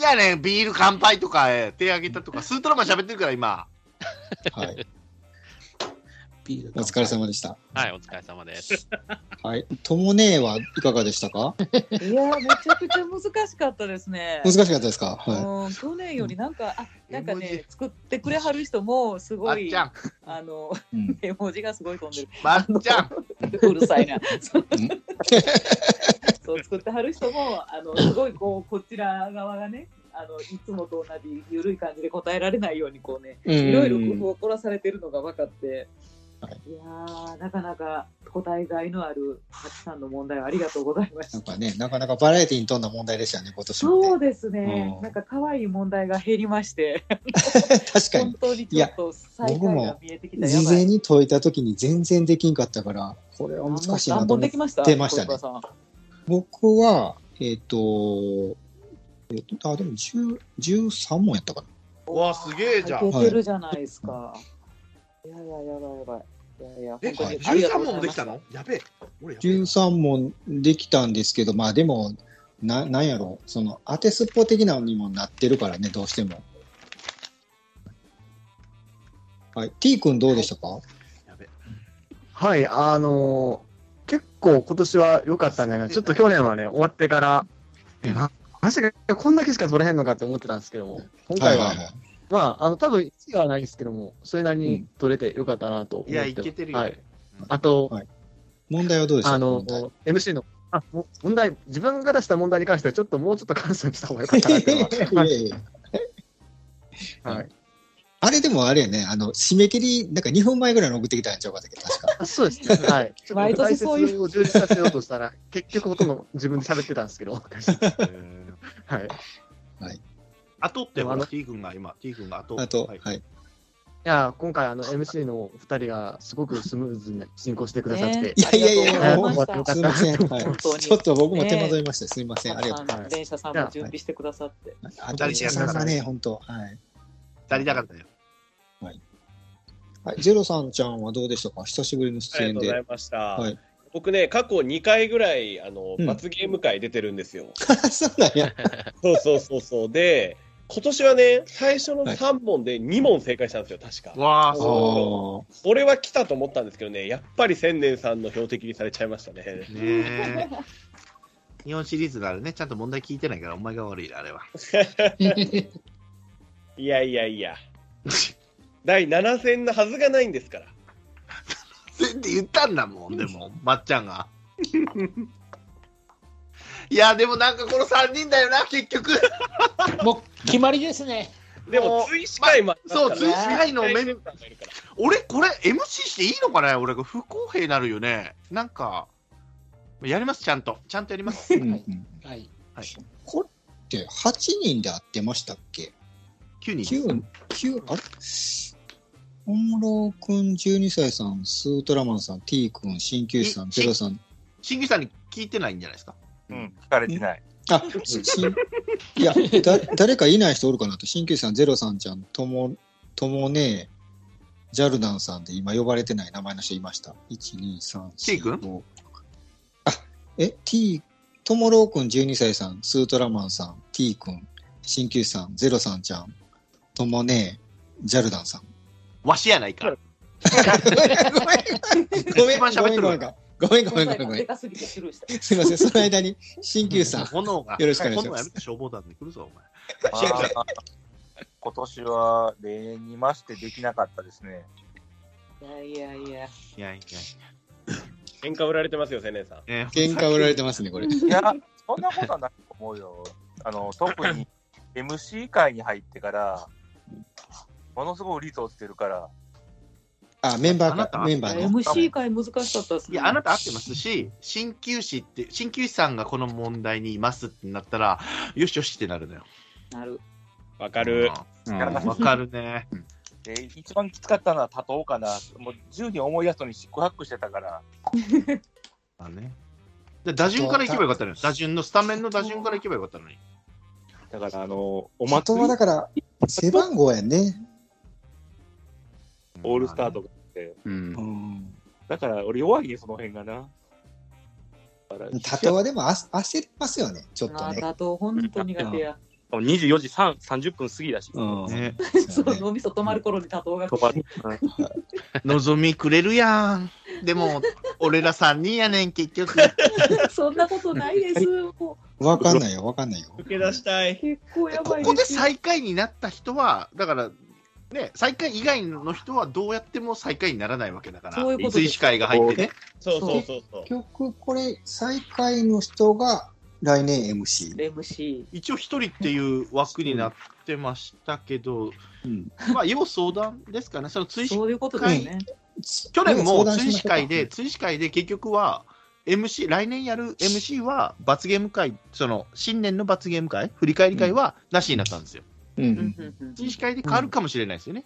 [SPEAKER 3] やね、ビール乾杯とか、え手挙げたとか、スートラマン喋ってるから、今。
[SPEAKER 4] はい。はいお疲れ様でした。
[SPEAKER 2] はい、お疲れ様です。
[SPEAKER 4] はい。ともねえはいかがでしたか
[SPEAKER 11] いや、めちゃくちゃ難しかったですね。
[SPEAKER 4] 難しかったですかは
[SPEAKER 11] うん去年よりなんか、あ、なんか
[SPEAKER 3] 絵文字
[SPEAKER 11] ね、作ってくれはる人もす
[SPEAKER 3] ま
[SPEAKER 11] ご
[SPEAKER 3] っ
[SPEAKER 11] い、
[SPEAKER 3] ちゃ
[SPEAKER 11] あ
[SPEAKER 3] ん、
[SPEAKER 11] の、
[SPEAKER 4] い。うん。
[SPEAKER 11] 絵文字がすごい飛んでる。
[SPEAKER 3] まっちゃん。
[SPEAKER 11] うるさいな。そうそう作ってはる人もあのすごいこうこちら側がねあのいつもと同じ緩い感じで答えられないようにこうねいろいろ工夫を凝らされてるのが分かって、、
[SPEAKER 4] はい
[SPEAKER 11] やーなかなか答えがいのあるたくさんの問題をありがとうございま
[SPEAKER 4] な
[SPEAKER 11] し
[SPEAKER 4] ん
[SPEAKER 11] た。
[SPEAKER 4] かね、なかなかバラエティに富んだ問題でしたよね、今年も、
[SPEAKER 11] そう
[SPEAKER 4] ね。
[SPEAKER 11] ですね
[SPEAKER 4] う、ん
[SPEAKER 11] なんか可愛い問題が減りまして、
[SPEAKER 4] 確か
[SPEAKER 11] 本
[SPEAKER 4] に。
[SPEAKER 11] 当にちょっと最下位が見えてきた
[SPEAKER 4] 事前に解いた時に全然できんかったから、これは難しいな
[SPEAKER 11] 何
[SPEAKER 4] と
[SPEAKER 11] 本
[SPEAKER 4] 思っ
[SPEAKER 11] で
[SPEAKER 4] て
[SPEAKER 11] き。ました
[SPEAKER 4] 出ましたね
[SPEAKER 11] 小倉さん
[SPEAKER 4] 僕は、えっ、と、えっ、と、あ、でも10 13問やったかな。
[SPEAKER 3] うわ、すげえじゃん。
[SPEAKER 11] いけてるじゃないですか。い、やいややばいやばい。いやいや、
[SPEAKER 3] え、
[SPEAKER 11] 本当にありがと
[SPEAKER 3] 13
[SPEAKER 11] うござ
[SPEAKER 3] 問
[SPEAKER 11] い
[SPEAKER 3] も
[SPEAKER 11] ま
[SPEAKER 3] でき
[SPEAKER 11] した
[SPEAKER 3] のやべえ。俺やべえ
[SPEAKER 4] 13問できたんですけど、まあでも、な、なんやろう、その、当てすっぽ的なのにもなってるからね、どうしても。はい。T 君どうでしたか
[SPEAKER 8] はい、あのー結構今年は良かったんじゃないちょっと去年はね、終わってから、え、な、マジでこんだけしか取れへんのかって思ってたんですけども、今回は、
[SPEAKER 4] はいはい
[SPEAKER 8] まあ、あの、多分1位はないんですけども、それなりに取れて良かったなと思ってます
[SPEAKER 3] いやいけてるよね
[SPEAKER 8] はい。あと、
[SPEAKER 4] 問題はどうでした
[SPEAKER 8] あの、MC の、あ、も問題、自分が出した問題に関しては、ちょっともうちょっと感謝した方が良かったなっていうのははい
[SPEAKER 4] いやいや はい。あれでもあれやね、あの、締め切り、なんか2分前ぐらいに送ってきたんちゃうかったっけど、確か。
[SPEAKER 8] そうですね。はい。ちょっと
[SPEAKER 4] 毎年そういう
[SPEAKER 8] 解説を充実させようとしたら、結局ほとんど自分で喋ってたんですけど。 はい。
[SPEAKER 4] はい。
[SPEAKER 3] あとっては、T 君が今、T 君があと。
[SPEAKER 8] あと
[SPEAKER 4] はい。い
[SPEAKER 8] や、今回、あの、MC のお二人がすごくスムーズに進行してくださって。
[SPEAKER 4] やいやいやいや、
[SPEAKER 8] は
[SPEAKER 4] もうすいません。はい、ちょっと僕も手間取りました。すいません。ありがとうございます。
[SPEAKER 11] 電車さんも準備してくださって。
[SPEAKER 4] あと、石田さんがね、本当はい。
[SPEAKER 3] 足りなかったよ。
[SPEAKER 4] はい。ジェロさんちゃんはどうでしたか久しぶりの
[SPEAKER 12] あ
[SPEAKER 4] 出
[SPEAKER 12] り
[SPEAKER 4] 演
[SPEAKER 12] がとう
[SPEAKER 4] で。
[SPEAKER 12] ございました。
[SPEAKER 4] はい。
[SPEAKER 12] 僕ね、過去2回ぐらい、あの、
[SPEAKER 4] うん
[SPEAKER 12] 罰ゲーム会出てるんですよ。
[SPEAKER 4] そうなん や。
[SPEAKER 12] そうそうそうそう。で、今年はね、最初の3問で2問正解したんですよ、確か。
[SPEAKER 3] わあ、
[SPEAKER 4] そ
[SPEAKER 12] これは来たと思ったんですけどね、やっぱり千年さんの標的にされちゃいましたね。
[SPEAKER 3] ねえ日本シリーズがあるね、ちゃんと問題聞いてないから、お前が悪いな、あれは。
[SPEAKER 12] いやいやいや。第7戦のはずがないんですから。
[SPEAKER 3] 全然言ったんだもん、でも、まっちゃんが。 いや、でもなんかこの3人だよな、結局。
[SPEAKER 10] もう、決まりですね。
[SPEAKER 12] でも、追試会もありますから
[SPEAKER 3] そう、追試会のメンバー。俺、これ、MC していいのかね俺、不公平になるよね。なんか、やります、ちゃんと。ちゃんとやり ます。
[SPEAKER 10] はい。
[SPEAKER 3] はい、
[SPEAKER 4] これって8人で会ってましたっけ
[SPEAKER 3] ?9
[SPEAKER 4] 人。9、9、あれ本郎くん、12歳さん、スートラマンさん、T くん、鍼灸師さん、ゼロさん。
[SPEAKER 3] 新規さんに聞いてないんじゃないですか。
[SPEAKER 7] うん、聞かれてない。
[SPEAKER 4] あ、しんいや、だ、誰かいない人おるかなと。鍼灸師さん、ゼロさんちゃん、とも、ともね、ジャルダンさんで今呼ばれてない名前の人いました。1、2、3、
[SPEAKER 3] T 君
[SPEAKER 4] え、T、ともろうくん12歳さん、スートラマンさん、T 君、鍼灸師さん、ゼロさんちゃん、ともね、ジャル ダンさん。
[SPEAKER 3] わしやない か。
[SPEAKER 4] ごめん、
[SPEAKER 3] 一番
[SPEAKER 4] ご
[SPEAKER 3] 喋っ
[SPEAKER 4] め
[SPEAKER 3] て
[SPEAKER 4] ん、
[SPEAKER 3] る
[SPEAKER 4] ご
[SPEAKER 3] わ
[SPEAKER 4] めん、ごめん、ごめん、ごめん、ごめん
[SPEAKER 11] で。かすぎてスルーした。
[SPEAKER 4] すいません、その間に、鍼灸師さん、
[SPEAKER 3] 炎が、
[SPEAKER 4] よろしくお願いしま
[SPEAKER 3] 炎や
[SPEAKER 4] す
[SPEAKER 3] め。て消防団で来るぞ、
[SPEAKER 7] あ
[SPEAKER 3] お前。
[SPEAKER 7] ー今年は例にましてできなかったですね。
[SPEAKER 11] いやいやいや。
[SPEAKER 3] いやいや。
[SPEAKER 12] 喧嘩売られてますよ、千年さん。
[SPEAKER 4] 喧嘩売られてますね、これ。
[SPEAKER 7] いや、そんなことはないと思うよ。あの特に MC 界に入ってから、ものすごい率落ちてるから、
[SPEAKER 4] あ、メンバーか、メンバーね。
[SPEAKER 11] MC 会難しかったですね。
[SPEAKER 3] いや、あなた合ってますし、鍼灸師って、鍼灸師さんがこの問題にいますってなったら、よしよしってなるのよ。
[SPEAKER 11] なる。
[SPEAKER 12] わかる。
[SPEAKER 3] うんわかるね。
[SPEAKER 7] で一番きつかったのは多頭かな。もう10人思い出すのに四苦八苦してたから。
[SPEAKER 3] まあね。で打順から行けばよかったのよ。打順の、スタメンの打順から行けばよかったのに。
[SPEAKER 12] だから、あの、お
[SPEAKER 4] 的はだから、背番号やね。
[SPEAKER 12] オールスターとかって。
[SPEAKER 4] うん。
[SPEAKER 12] だから、俺弱いね、その辺がな。
[SPEAKER 4] たとはでもあ焦りますよね、ちょっとね。
[SPEAKER 11] あと、本当苦手や。
[SPEAKER 9] 24時3 30分過ぎだし。
[SPEAKER 3] ね
[SPEAKER 11] そう、脳みそ止まる頃に多頭が来
[SPEAKER 9] 止まる。
[SPEAKER 3] 望みくれるやん。でも、俺ら3人やねん、結局。
[SPEAKER 11] る。 そんなことないです。も
[SPEAKER 4] わかんないよ、わかんないよ。
[SPEAKER 12] 受け出したい。
[SPEAKER 11] う結構や
[SPEAKER 3] こ
[SPEAKER 11] ばい
[SPEAKER 3] こです
[SPEAKER 11] よ
[SPEAKER 3] 最下位になった人は、だから、ね、最下位以外の人はどうやっても最下位にならないわけだから、
[SPEAKER 4] そういうことです
[SPEAKER 3] 追試会が入ってね。
[SPEAKER 12] そう
[SPEAKER 4] そうそう
[SPEAKER 12] そう。
[SPEAKER 4] 結局、これ、最下位の人が来年 MC。
[SPEAKER 11] MC。
[SPEAKER 3] 一応一人っていう枠になってましたけど、まあ要相談ですかね、その追試会、去年も追試会で、追試会で結局は、MC、来年やる MC は罰ゲーム会、その新年の罰ゲーム会、振り返り会はなしになったんですよ。
[SPEAKER 4] うん。
[SPEAKER 3] 追試会で変わるかもしれないですよね。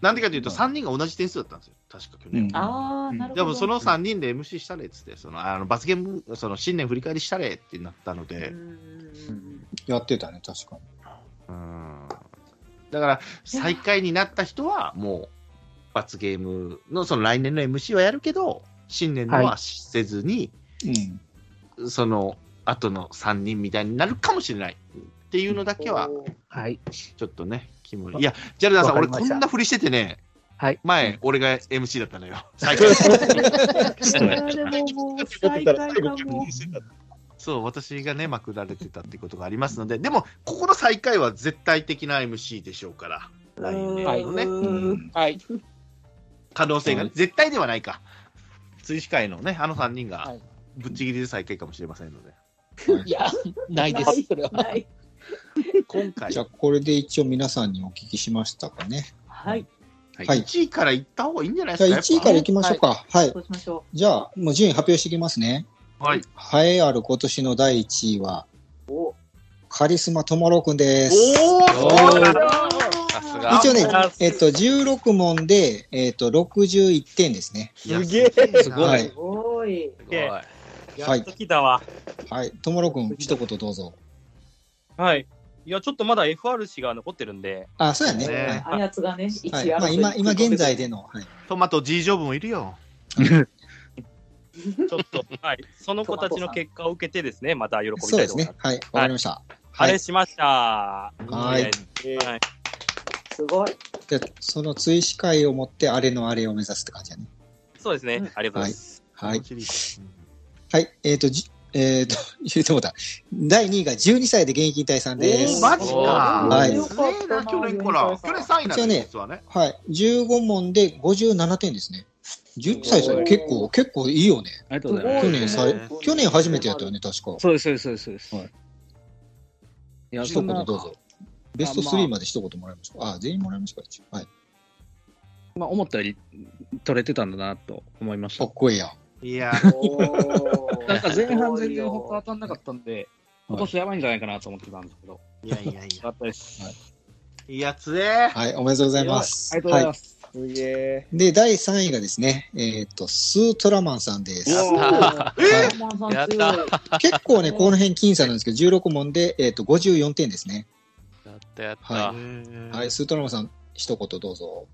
[SPEAKER 3] なんでかというと、3人が同じ点数だったんですよ、確か去年。
[SPEAKER 11] ああ、なるほど。
[SPEAKER 3] でもその3人で MC したれっつって、そのあの罰ゲーム、その新年振り返りしたれってなったので、
[SPEAKER 4] やってたね、確かに。
[SPEAKER 3] うんだから最下位になった人は、もう罰ゲームのその来年の MC はやるけど、新年のはせずに、その後の3人みたいになるかもしれないっていうのだけは、はい、ちょっとね、キモい。いや、ジャルダーさん、
[SPEAKER 13] わか
[SPEAKER 3] 俺
[SPEAKER 13] りま
[SPEAKER 3] こ
[SPEAKER 13] した
[SPEAKER 3] んなふりしててね、
[SPEAKER 13] はい、
[SPEAKER 3] 前、俺が MC だったのよ。最後
[SPEAKER 13] もも う最下位がもう。
[SPEAKER 3] そう、私がね、まくられてたってことがありますので、でも、ここの最下位は絶対的な MC でしょうから、来年のね。
[SPEAKER 9] はい。
[SPEAKER 3] 可能性がね、絶対ではないか。追試会のね、あの3人が、ぶっちぎりで最下位かもしれませんので。
[SPEAKER 10] いや、ないです、それは。
[SPEAKER 3] 今回。
[SPEAKER 4] じゃあ、これで一応皆さんにお聞きしましたかね。
[SPEAKER 11] はい。
[SPEAKER 4] はい
[SPEAKER 3] 1位からいった方がいいんじゃない
[SPEAKER 4] じゃ
[SPEAKER 3] で
[SPEAKER 4] あ、
[SPEAKER 3] すか。
[SPEAKER 4] 1位からいきましょうか。はい。
[SPEAKER 11] そうしましょ
[SPEAKER 4] じゃあ、もう順位発表していきますね。
[SPEAKER 3] はい。
[SPEAKER 4] 栄えある今年の第1位は、カリスマともろくんです。
[SPEAKER 2] さすが。
[SPEAKER 4] 一応ね、えっと、16問で、えっと、61点ですね。
[SPEAKER 9] すげえ。
[SPEAKER 4] すごい
[SPEAKER 9] すごい。や
[SPEAKER 4] はい
[SPEAKER 9] っと来たわ。
[SPEAKER 4] はい。ともろくん、一言どうぞ。
[SPEAKER 9] はい。いや、ちょっとまだ FR 氏が残ってる んで。
[SPEAKER 4] あそうやねね
[SPEAKER 11] あやつがね、一
[SPEAKER 4] はい。
[SPEAKER 11] 位
[SPEAKER 4] まあ、今、今現在での。はい。
[SPEAKER 3] トマト G ジョブもいるよ。
[SPEAKER 9] ちょっと、はい。その子たちの結果を受けてですね、また喜び
[SPEAKER 4] そう
[SPEAKER 9] た
[SPEAKER 4] で
[SPEAKER 9] いと
[SPEAKER 4] す
[SPEAKER 9] 思い
[SPEAKER 4] ね
[SPEAKER 9] ま。
[SPEAKER 4] はい。わかりました。
[SPEAKER 9] す。あれしました。はいはい。
[SPEAKER 11] すごい。
[SPEAKER 4] で、その追試会を持って、あれのあれを目指すって感じだね。
[SPEAKER 9] そうですね。ありがとうございます。
[SPEAKER 4] はい。はい。えっと、じえっと、 言うてもうた。第2位が12歳で現役引退さんです。
[SPEAKER 3] マジか。
[SPEAKER 4] はい。
[SPEAKER 3] すげえな、去年から。去年3位な
[SPEAKER 4] 一
[SPEAKER 3] んだ
[SPEAKER 4] 応
[SPEAKER 3] よ、
[SPEAKER 4] ね
[SPEAKER 3] 実はね。、
[SPEAKER 4] はい、15問で57点ですね。11歳ですよ結構、結構いいよね。
[SPEAKER 1] ありがとうございます
[SPEAKER 4] 去年さい
[SPEAKER 1] すごいね
[SPEAKER 4] 去年初めて やったよね、確か。
[SPEAKER 1] そうです、そうです、そうです。
[SPEAKER 4] はい、
[SPEAKER 1] いや
[SPEAKER 4] 一言
[SPEAKER 1] そんな
[SPEAKER 4] どうぞ。ベスト
[SPEAKER 1] まあ
[SPEAKER 4] 3まで一言もらいましょう。あ、全員もらいましたか、一応はい。
[SPEAKER 1] まあ、思ったより取れてたんだなと思いました。か
[SPEAKER 4] っこいいや。
[SPEAKER 3] いや、
[SPEAKER 1] なんか前半全然他当たんなかったんで、今年やばいんじゃないかなと思ってたんですけど。
[SPEAKER 3] いやいやいや。
[SPEAKER 1] よかったです。
[SPEAKER 3] いや、つえ。
[SPEAKER 4] はい、おめでとうございます。
[SPEAKER 1] ありがとうございます。
[SPEAKER 12] すげえ。
[SPEAKER 4] で、第3位がですね、えっと、スートラマンさんです。
[SPEAKER 2] や った
[SPEAKER 4] 結構ね、この辺僅差なんですけど、16問で、えっと54点ですね。
[SPEAKER 2] やったやった。
[SPEAKER 4] はい、はい、スートラマンさん、一言どうぞ。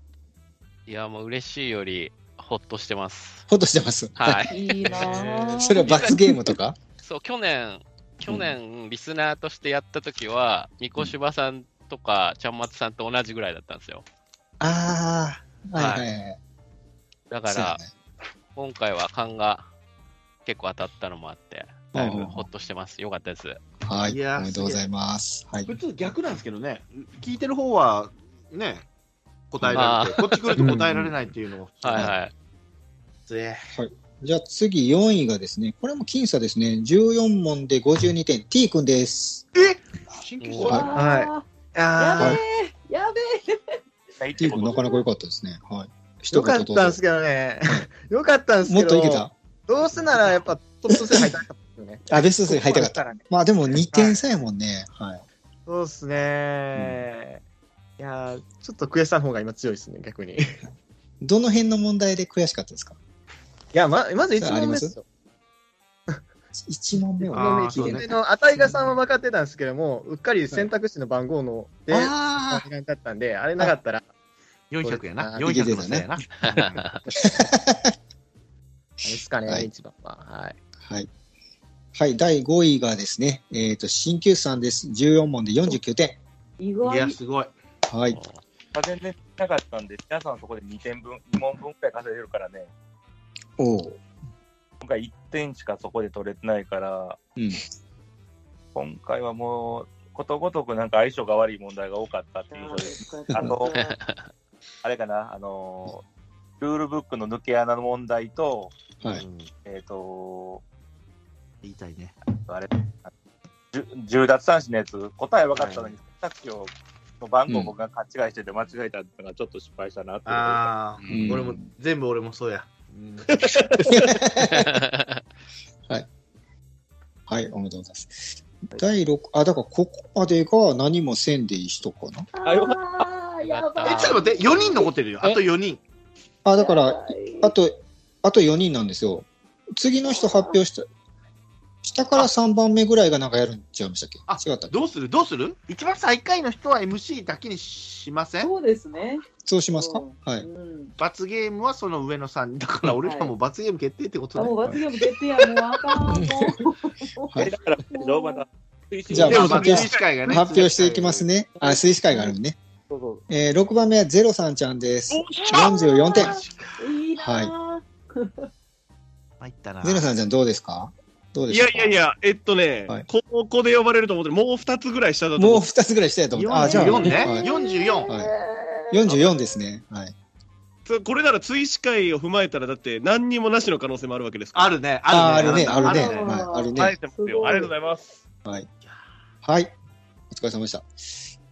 [SPEAKER 2] いや、もう嬉しいより、ほっとしてます。
[SPEAKER 4] ほっとしてます。
[SPEAKER 2] はい。
[SPEAKER 11] いいな
[SPEAKER 4] それは罰ゲームとか
[SPEAKER 2] そう、去年、去年、リスナーとしてやった時は、三越芝さんとか、ちゃんまつさんと同じぐらいだったんですよ。
[SPEAKER 4] ああ、はいはいはい。
[SPEAKER 2] だか
[SPEAKER 4] そう
[SPEAKER 2] ら
[SPEAKER 4] や、
[SPEAKER 2] 今回は勘が結構当たったのもあって、だいぶほっとしてます。よかったです。
[SPEAKER 4] はい、
[SPEAKER 3] いやー
[SPEAKER 4] おめでとうございます。はい。
[SPEAKER 3] 普通逆なんですけどね、聞いてる方は、ね、答えられて、こっち来ると答えられないっていうのが。
[SPEAKER 2] はいはい。
[SPEAKER 3] つえ。
[SPEAKER 4] はい。じゃあ次4位がですね、これも僅差ですね。14問で52点、T 君です。
[SPEAKER 3] 新
[SPEAKER 4] 旧
[SPEAKER 11] うわー
[SPEAKER 4] い。は
[SPEAKER 11] やべ
[SPEAKER 4] い。T 君なかなか良かったですね。はい。
[SPEAKER 5] よかったんですけどね。 よかったんですけど。
[SPEAKER 4] もっといけた
[SPEAKER 5] どうせならやっぱトップス入りたかったよね。
[SPEAKER 4] あ、ベスト3入り
[SPEAKER 5] ここ
[SPEAKER 4] たかっ
[SPEAKER 5] だ
[SPEAKER 4] た
[SPEAKER 5] らね。
[SPEAKER 4] まあでも2点差やもんね。はい。
[SPEAKER 5] そうっすね。いやーちょっと悔しさの方が今強いですね、逆 に。い
[SPEAKER 4] どの辺の問題で悔しかったですか
[SPEAKER 5] や、ままず1
[SPEAKER 4] あ
[SPEAKER 5] 問
[SPEAKER 4] り
[SPEAKER 5] 目
[SPEAKER 4] ま
[SPEAKER 5] ですすよ。
[SPEAKER 4] ?1 問目
[SPEAKER 5] あ
[SPEAKER 4] は
[SPEAKER 5] の
[SPEAKER 4] ね
[SPEAKER 5] ね、
[SPEAKER 4] 聞いてない。
[SPEAKER 5] の、あたいがさんは分かってたんですけども、うっかり選択肢の番号の、で、
[SPEAKER 4] あ
[SPEAKER 5] だったんで、あれなかったら、
[SPEAKER 3] 400やな。
[SPEAKER 5] あいけて
[SPEAKER 3] 400
[SPEAKER 5] た
[SPEAKER 3] の
[SPEAKER 5] ね
[SPEAKER 3] せいやな。
[SPEAKER 5] あれですかね、一番は。はい。
[SPEAKER 4] はい。はい。第5位がですね、えっと、新旧さんです。14問で49点。
[SPEAKER 11] え。意外。
[SPEAKER 3] すごい。
[SPEAKER 4] はい。
[SPEAKER 7] まあ全然なかったんで、皆さんそこで2点分、2問分くらい稼いでるからね、
[SPEAKER 4] おお。
[SPEAKER 7] 今回1点しかそこで取れてないから、
[SPEAKER 4] うん。
[SPEAKER 7] 今回はもう、ことごとくなんか相性が悪い問題が多かったっていうので
[SPEAKER 11] うん
[SPEAKER 7] あと、あれかな、あのー、ルールブックの抜け穴の問題と、
[SPEAKER 4] はい。
[SPEAKER 7] えっ、と、
[SPEAKER 3] 言いたいね。
[SPEAKER 7] あれ、じゅ10奪三振のやつ、答え分かったのに、選択肢をの番号を僕が勘違いしてて間違えたのがちょっと失敗したなっていう
[SPEAKER 3] ああ、
[SPEAKER 7] うん
[SPEAKER 3] 俺も、全部俺もそうや。
[SPEAKER 4] はい。はい、おめでとうございます。第6、あ、だからここまでが何もせんでいい人かな。
[SPEAKER 11] あ、よかった。やばい。
[SPEAKER 3] え、ちょっと待って、4人残ってるよ。あと4人。
[SPEAKER 4] あ、だから、あと、あと4人なんですよ。次の人発表した、下から3番目ぐらいがなんかやるんちゃいましたっけ
[SPEAKER 3] あ
[SPEAKER 4] 違ったっけ
[SPEAKER 3] どうするどうする一番最下位の人は MC だけにしません
[SPEAKER 11] そうですね。
[SPEAKER 4] そうしますかはい。
[SPEAKER 3] 罰ゲームはその上の3人だから俺 らも罰ゲーム決定ってこと
[SPEAKER 11] あ、
[SPEAKER 3] だ
[SPEAKER 11] もう
[SPEAKER 3] よ
[SPEAKER 11] 罰ゲーム決定や、もうあかん、もう。
[SPEAKER 7] だから、ローマだ。
[SPEAKER 4] じゃあ、
[SPEAKER 3] でも
[SPEAKER 4] 発表し
[SPEAKER 3] まあ推薦会がね
[SPEAKER 4] 発表していきますね。あ、推薦会があるね。えー、6番目はゼロさんちゃんです。44点。
[SPEAKER 11] いいな
[SPEAKER 4] はい。
[SPEAKER 3] 参った
[SPEAKER 4] ゼロさんちゃんどうですかどうで
[SPEAKER 12] い
[SPEAKER 4] す
[SPEAKER 12] や
[SPEAKER 4] か
[SPEAKER 12] いやいや、えっとね、ここで呼ばれると思ってる、もう2つぐらい下だと
[SPEAKER 4] もう
[SPEAKER 12] 思
[SPEAKER 4] 2つぐらいしたいと思って。あ、じゃあ、
[SPEAKER 12] 44ね
[SPEAKER 4] はい
[SPEAKER 12] 44
[SPEAKER 4] はい。44ですね。はい。
[SPEAKER 12] う。これなら追試会を踏まえたら、だって何にもなしの可能性もあるわけですから。
[SPEAKER 3] あるね、
[SPEAKER 4] ああるね、あるね。はいあるね。
[SPEAKER 12] ありがとうございます。
[SPEAKER 4] はい。はい。お疲れ様でした。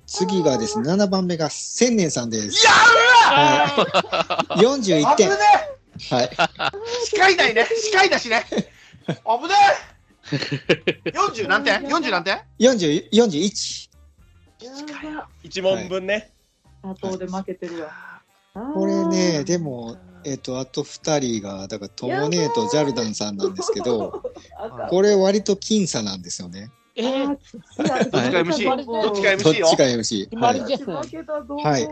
[SPEAKER 4] 次がですね、7番目が千年さんです。はい、41点。
[SPEAKER 3] 危ね
[SPEAKER 4] はい。
[SPEAKER 3] 視界内ね視界だしね危ねえ40何点 ?40 何点
[SPEAKER 4] 40 41。
[SPEAKER 12] 一問分ね。
[SPEAKER 11] 佐藤で負けてるわ。
[SPEAKER 4] これね、でも、えっ、と、あと2人が、だから、トモネーとジャルダンさんなんですけど、これ割と僅差なんですよね。
[SPEAKER 11] えー、
[SPEAKER 4] どっちが
[SPEAKER 11] MC どっち
[SPEAKER 4] が MC よどっちが MC
[SPEAKER 11] 決まりですね負けたぞ
[SPEAKER 4] はい。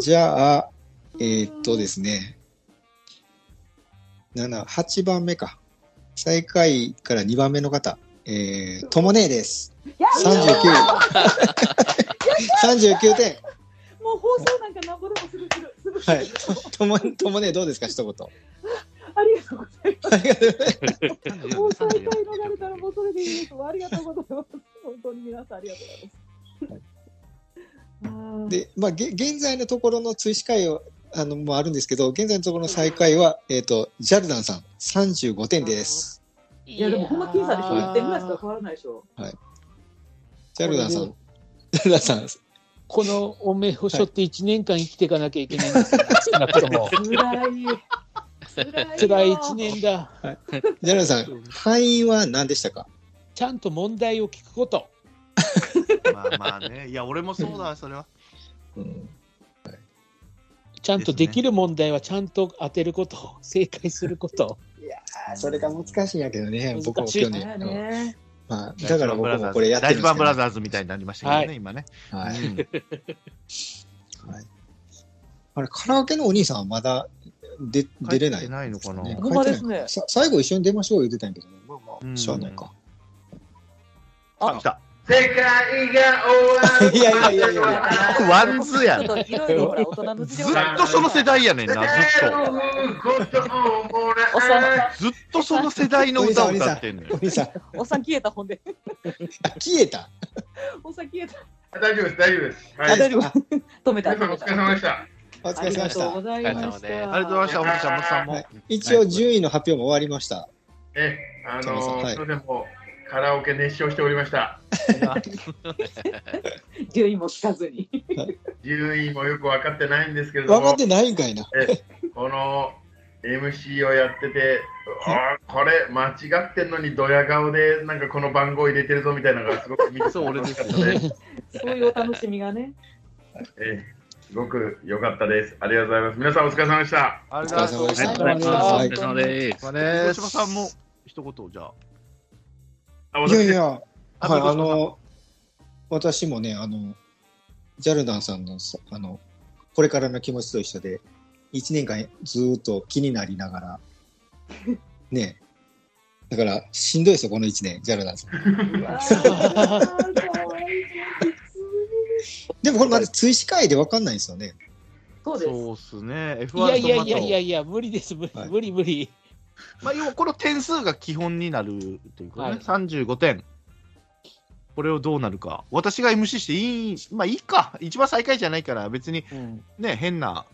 [SPEAKER 4] じゃあ、えーっとですね。7、8番目か。最下位から2番目の方。えー、ともねえです。
[SPEAKER 11] もう
[SPEAKER 4] 39。39点。
[SPEAKER 11] 放送なんかなんぼでもすぐする。すぐする。
[SPEAKER 4] はい。とも、ともねえどうですか一言。
[SPEAKER 11] ありがとうございます。もう再開逃れたらもうそれでいいです。ありがとうございます。本当に皆さんありがとうございます。
[SPEAKER 4] で、まあ、げ現在のところの追試会を、あの、もあるんですけど、現在のところの最下位は、えーっと、ジャルダンさん、35点です。
[SPEAKER 11] いやでもほんま僅差でしょ。1点ぐらいしか変わらないでしょ。
[SPEAKER 4] はい。ジャルダンさん
[SPEAKER 10] こ、
[SPEAKER 4] ジャルダンさん、
[SPEAKER 10] このおめを背負って1年間生きていかなきゃいけないん ですよ、少なくとも。
[SPEAKER 11] 辛い。
[SPEAKER 10] 辛い1年だ。
[SPEAKER 4] ジャルダンさん、敗因は何でしたか
[SPEAKER 10] ちゃんと問題を聞くこと。
[SPEAKER 3] まあまあねいや俺もそうだわそれは
[SPEAKER 10] ちゃんとできる問題はちゃんと当てること、正解すること。
[SPEAKER 4] あそれが難しいんやけどね、僕も
[SPEAKER 10] 難しい
[SPEAKER 4] 去年。うん
[SPEAKER 11] ね。
[SPEAKER 4] まあ、だから僕もこれやってるんですけど、
[SPEAKER 3] 大事版ブラザーズみたいになりましたけどね、
[SPEAKER 4] はい
[SPEAKER 3] 今ね。
[SPEAKER 4] はい
[SPEAKER 3] うん
[SPEAKER 4] あれ、カラオケのお兄さんはまだ出出れない、
[SPEAKER 3] 帰ってないのかな
[SPEAKER 4] ね
[SPEAKER 3] ほんまです
[SPEAKER 4] 帰ってないさ最後一緒に出ましょう言ってたんやけどね。
[SPEAKER 3] うん
[SPEAKER 4] しゃあないか。
[SPEAKER 3] あ、来た。
[SPEAKER 14] 世界が終わる。
[SPEAKER 4] いやいやいやいや
[SPEAKER 3] ワンズやん。
[SPEAKER 14] ち
[SPEAKER 3] ず
[SPEAKER 14] ょっと
[SPEAKER 3] っ
[SPEAKER 14] いろいろほら大人の事情が
[SPEAKER 3] とその世代や ねんな、ずっと。ずっとその世代の歌を歌ってん のよ。
[SPEAKER 11] おさん消えたほんで。
[SPEAKER 4] 消えた
[SPEAKER 11] おさん消えた。
[SPEAKER 14] 大丈夫です、大丈夫です。
[SPEAKER 11] あ大丈夫。 止めた。
[SPEAKER 14] 皆さんお疲れ様でした。
[SPEAKER 4] お疲れ様でした。
[SPEAKER 11] ありがとうございました
[SPEAKER 3] ありがとうございました、おもちゃんも。
[SPEAKER 4] 一応、順位の発表も終わりました。
[SPEAKER 14] え、あ
[SPEAKER 4] 田中さん
[SPEAKER 14] の
[SPEAKER 4] はい
[SPEAKER 14] ー、それでもカラオケ熱唱しておりました。
[SPEAKER 11] 順位も聞かずに。
[SPEAKER 14] 順位もよく分かってないんですけれども。
[SPEAKER 4] 分かってないんかいな。
[SPEAKER 14] えこの MC をやってて、あーこれ間違ってんのにドヤ顔でなんかこの番号入れてるぞみたいなのがすごく見てそう俺ですね。
[SPEAKER 11] そういうお楽しみがね。
[SPEAKER 14] えすごく良かったです。ありがとうございます。皆さんお疲れ様でした。
[SPEAKER 3] あり
[SPEAKER 14] がとうございますお疲れ様でしたお疲れ様です
[SPEAKER 3] お疲れ様です。大島さんも一言じゃあ。
[SPEAKER 4] いやいや、はい、
[SPEAKER 3] あそうです
[SPEAKER 4] あの、私もね、あの、ジャルダンさんの、さあの、これからの気持ちと一緒で、1年間ずーっと気になりながら、ね、だから、しんどいですよ、この1年、ジャルダンさん。でもこれまだ追試会で分かんないんですよね。
[SPEAKER 11] そう
[SPEAKER 3] です。そうっすね。F1
[SPEAKER 10] いやいやいやいや
[SPEAKER 3] や。
[SPEAKER 10] いや、無理です、無理、無理無理。
[SPEAKER 3] まあ、要はこの点数が基本になるということ
[SPEAKER 10] は
[SPEAKER 3] ね
[SPEAKER 10] い。
[SPEAKER 3] 35点。これをどうなるか。私が MC していい、まあいいか。一番最下位じゃないから、別に、ね、変な、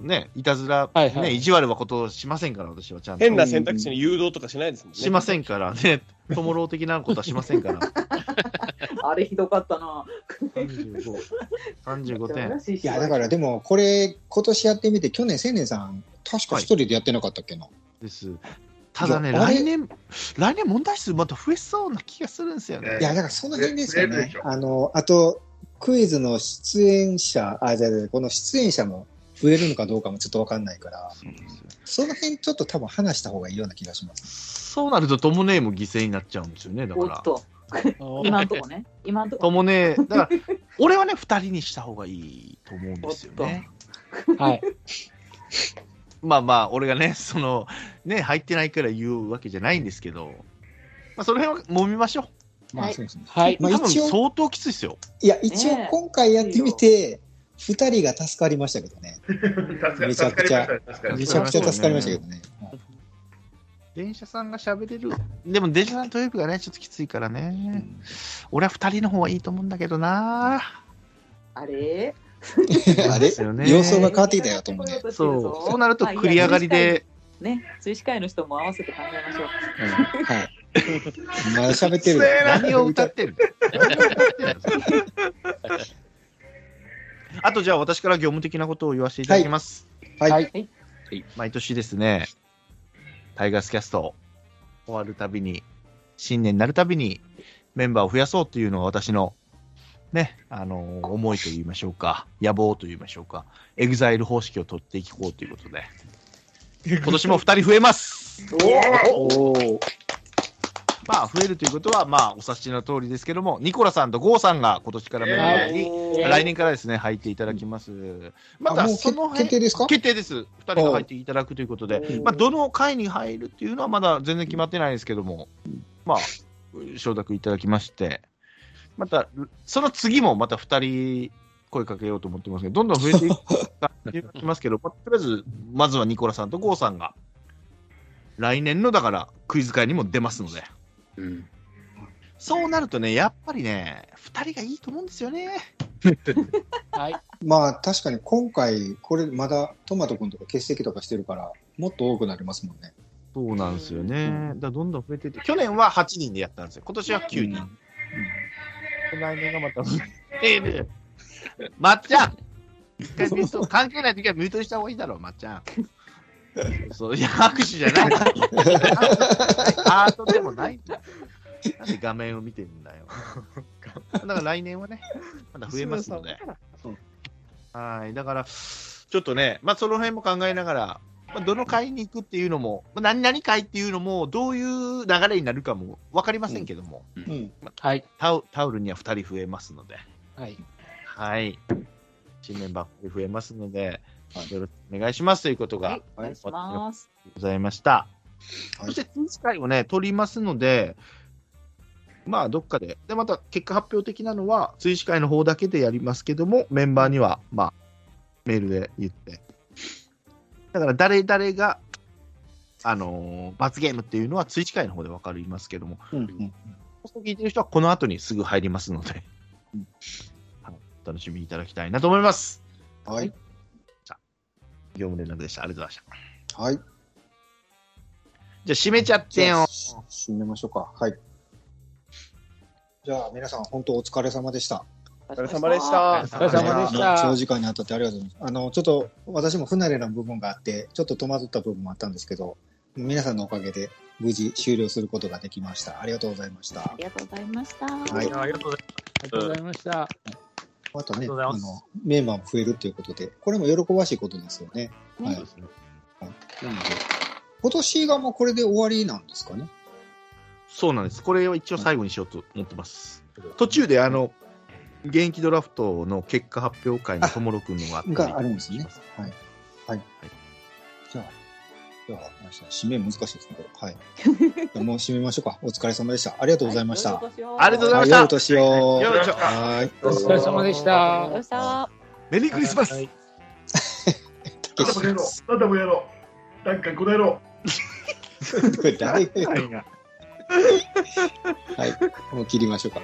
[SPEAKER 3] ね、いたずら、
[SPEAKER 12] はいはい
[SPEAKER 3] ね、意地悪なことをしませんから、私はちゃんと。
[SPEAKER 12] 変な選択肢に誘導とかしないですもんね。
[SPEAKER 3] しませんからね、トモロー的なことはしませんから、
[SPEAKER 11] あれひどかったな。
[SPEAKER 3] 35点。
[SPEAKER 4] いや、だからでも、これ、今年やってみて、去年、千年さん、確か一人でやってなかったっけな。
[SPEAKER 3] です。ただね、
[SPEAKER 4] いやあれ
[SPEAKER 3] 来年、来年問題数また増えそうな気がするんですよね。
[SPEAKER 4] いや、だからその辺ですよ
[SPEAKER 3] 増える
[SPEAKER 4] ね
[SPEAKER 3] でし。ょ
[SPEAKER 4] あの、あと、クイズの出演者、あ、じゃあじゃあこの出演者も、売れるのかどうかもちょっとわかんないから、その辺ちょっと多分話した方がいいような気がします。
[SPEAKER 3] そうなると、ともねえも犠牲になっちゃうんですよね、だか
[SPEAKER 11] お
[SPEAKER 3] ら
[SPEAKER 11] っ。と。今んとこね。今んと
[SPEAKER 3] と
[SPEAKER 11] こ。
[SPEAKER 3] もねえ、だから、俺はね、二人にした方がいいと思うんですよね。
[SPEAKER 10] はい。
[SPEAKER 3] まあまあ、俺がね、その、ね、入ってないから言うわけじゃないんですけど、まあ、その辺は揉みましょう。
[SPEAKER 4] まあそうですねはい
[SPEAKER 3] 多分
[SPEAKER 4] まあ一応
[SPEAKER 3] 相当きついですよ。
[SPEAKER 4] いや、一応今回やってみて、二人が助かりましたけどね。めちゃくちゃ、めちゃくちゃ助かりましたけどね。
[SPEAKER 3] 電車さんが喋れる。でも電車さんというがね、ちょっときついからね。俺は二人の方がいいと思うんだけどな。
[SPEAKER 11] あれ
[SPEAKER 4] あれ様相が変わってきたよ、ともね。
[SPEAKER 3] そうそうなると繰り上がりで。
[SPEAKER 11] あいやね、追試会の人も合わせて考えましょう。
[SPEAKER 4] はい。まだ喋ってる。
[SPEAKER 3] 何を歌ってるあとじゃあ私から業務的なことを言わせていただきます。
[SPEAKER 4] はい。
[SPEAKER 11] はい
[SPEAKER 3] 毎年ですね、タイガースキャスト終わるたびに、新年になるたびにメンバーを増やそうというのが私の、ね、あのー思いと言いましょうか、野望と言いましょうか、エグザイル方式を取っていこうということで、今年も2人増えますまあ、増えるということは、まあ、お察しの通りですけども、ニコラさんとゴーさんが今年からメンバーに、
[SPEAKER 4] えー
[SPEAKER 3] 来年からですね、入っていただきます。ま
[SPEAKER 4] あ
[SPEAKER 3] た、
[SPEAKER 4] もう
[SPEAKER 3] その辺
[SPEAKER 4] 決定ですか
[SPEAKER 3] 決定です。2人が入っていただくということで、まあ、どの会に入るっていうのはまだ全然決まってないですけども、まあ、承諾いただきまして、また、その次もまた2人声かけようと思ってますけど、どんどん増えていく感じがしま すけど、まあとりあえず、まずはニコラさんとゴーさんが、来年のだからクイズ会にも出ますので。そうなるとね、やっぱりね、2人がいいと思うんですよね。
[SPEAKER 4] まあ確かに今回、これまだトマト君とか欠席とかしてるから、もっと多くなりますもんね。
[SPEAKER 3] そうなんですよね。だからどんどん増えていって、去年は8人でやったんですよ。今年は9人。来年がまた増える。まっちゃん一回ミュート関係ない時はミュートにした方がいいだろう、まっちゃん。そういや、拍手じゃない。アートでもない。なんで画面を見てんだよ。だから来年はね、まだ増えますので。はい、だから、ちょっとね、まあ、その辺も考えながら、まあ、どの会に行くっていうのも、まあ、何々会っていうのも、どういう流れになるかも分かりませんけども、
[SPEAKER 4] うん。
[SPEAKER 10] はい、
[SPEAKER 3] タオタオルには2人増えますので、
[SPEAKER 10] はい。
[SPEAKER 3] はい、新メンバー2人増えますので、よろしくお願いしますということが、
[SPEAKER 11] お願いします。
[SPEAKER 3] ございました。そして、通知会をね、取りますので、まあ、どっかで、で、また結果発表的なのは、追試会の方だけでやりますけども、メンバーには、まあ、メールで言って。だから、誰々が、あのー罰ゲームっていうのは、追試会の方で分かりますけども、放送聞いてる人は、この後にすぐ入りますので、はいお楽しみいただきたいなと思います。
[SPEAKER 4] はい。
[SPEAKER 3] 業務連絡でした。ありがとうございました。
[SPEAKER 4] はい。
[SPEAKER 3] じゃあ、締めちゃってよ。
[SPEAKER 4] 締めましょうか。はい。じゃあ皆さん、本当お疲れ様でした。
[SPEAKER 12] お疲れ様でしたお疲れ様でした
[SPEAKER 4] 長時間にあたってありがとうございます。あの、ちょっと私も不慣れな部分があって、ちょっと戸惑った部分もあったんですけど、皆さんのおかげで無事終了することができました。ありがとうございました。
[SPEAKER 11] ありがとうございました。
[SPEAKER 4] はい
[SPEAKER 9] ありがとうござい
[SPEAKER 10] ありがとうございました。
[SPEAKER 4] またね、
[SPEAKER 10] ありがとうござい
[SPEAKER 4] あ
[SPEAKER 10] ます
[SPEAKER 4] の、メンバーも増えるということで、これも喜ばしいことですよね。
[SPEAKER 10] ね
[SPEAKER 4] はい。はいなので、今年がもうこれで終わりなんですかね。
[SPEAKER 3] そうなんです。これを一応最後にしようと思ってます。途中で、あの、現役ドラフトの結果発表会のともろくんのがあったり
[SPEAKER 4] があるんですね。はい。はい。じゃあ、じゃあ、あれですね締め難しいですね、これ。 はい。じゃあもう締めましょうか。お疲れ様でした。ありがとうございました。
[SPEAKER 11] はい良いお年を
[SPEAKER 3] ありがとうございました
[SPEAKER 4] は良いお年を。
[SPEAKER 3] 良いお年を
[SPEAKER 4] はい。
[SPEAKER 10] お疲れ様でした。
[SPEAKER 11] どうした
[SPEAKER 3] メリークリスマス
[SPEAKER 14] なんでもやろう。なんでもやろう。なんかこの野郎。
[SPEAKER 4] 誰が。はい。もう切りましょうか。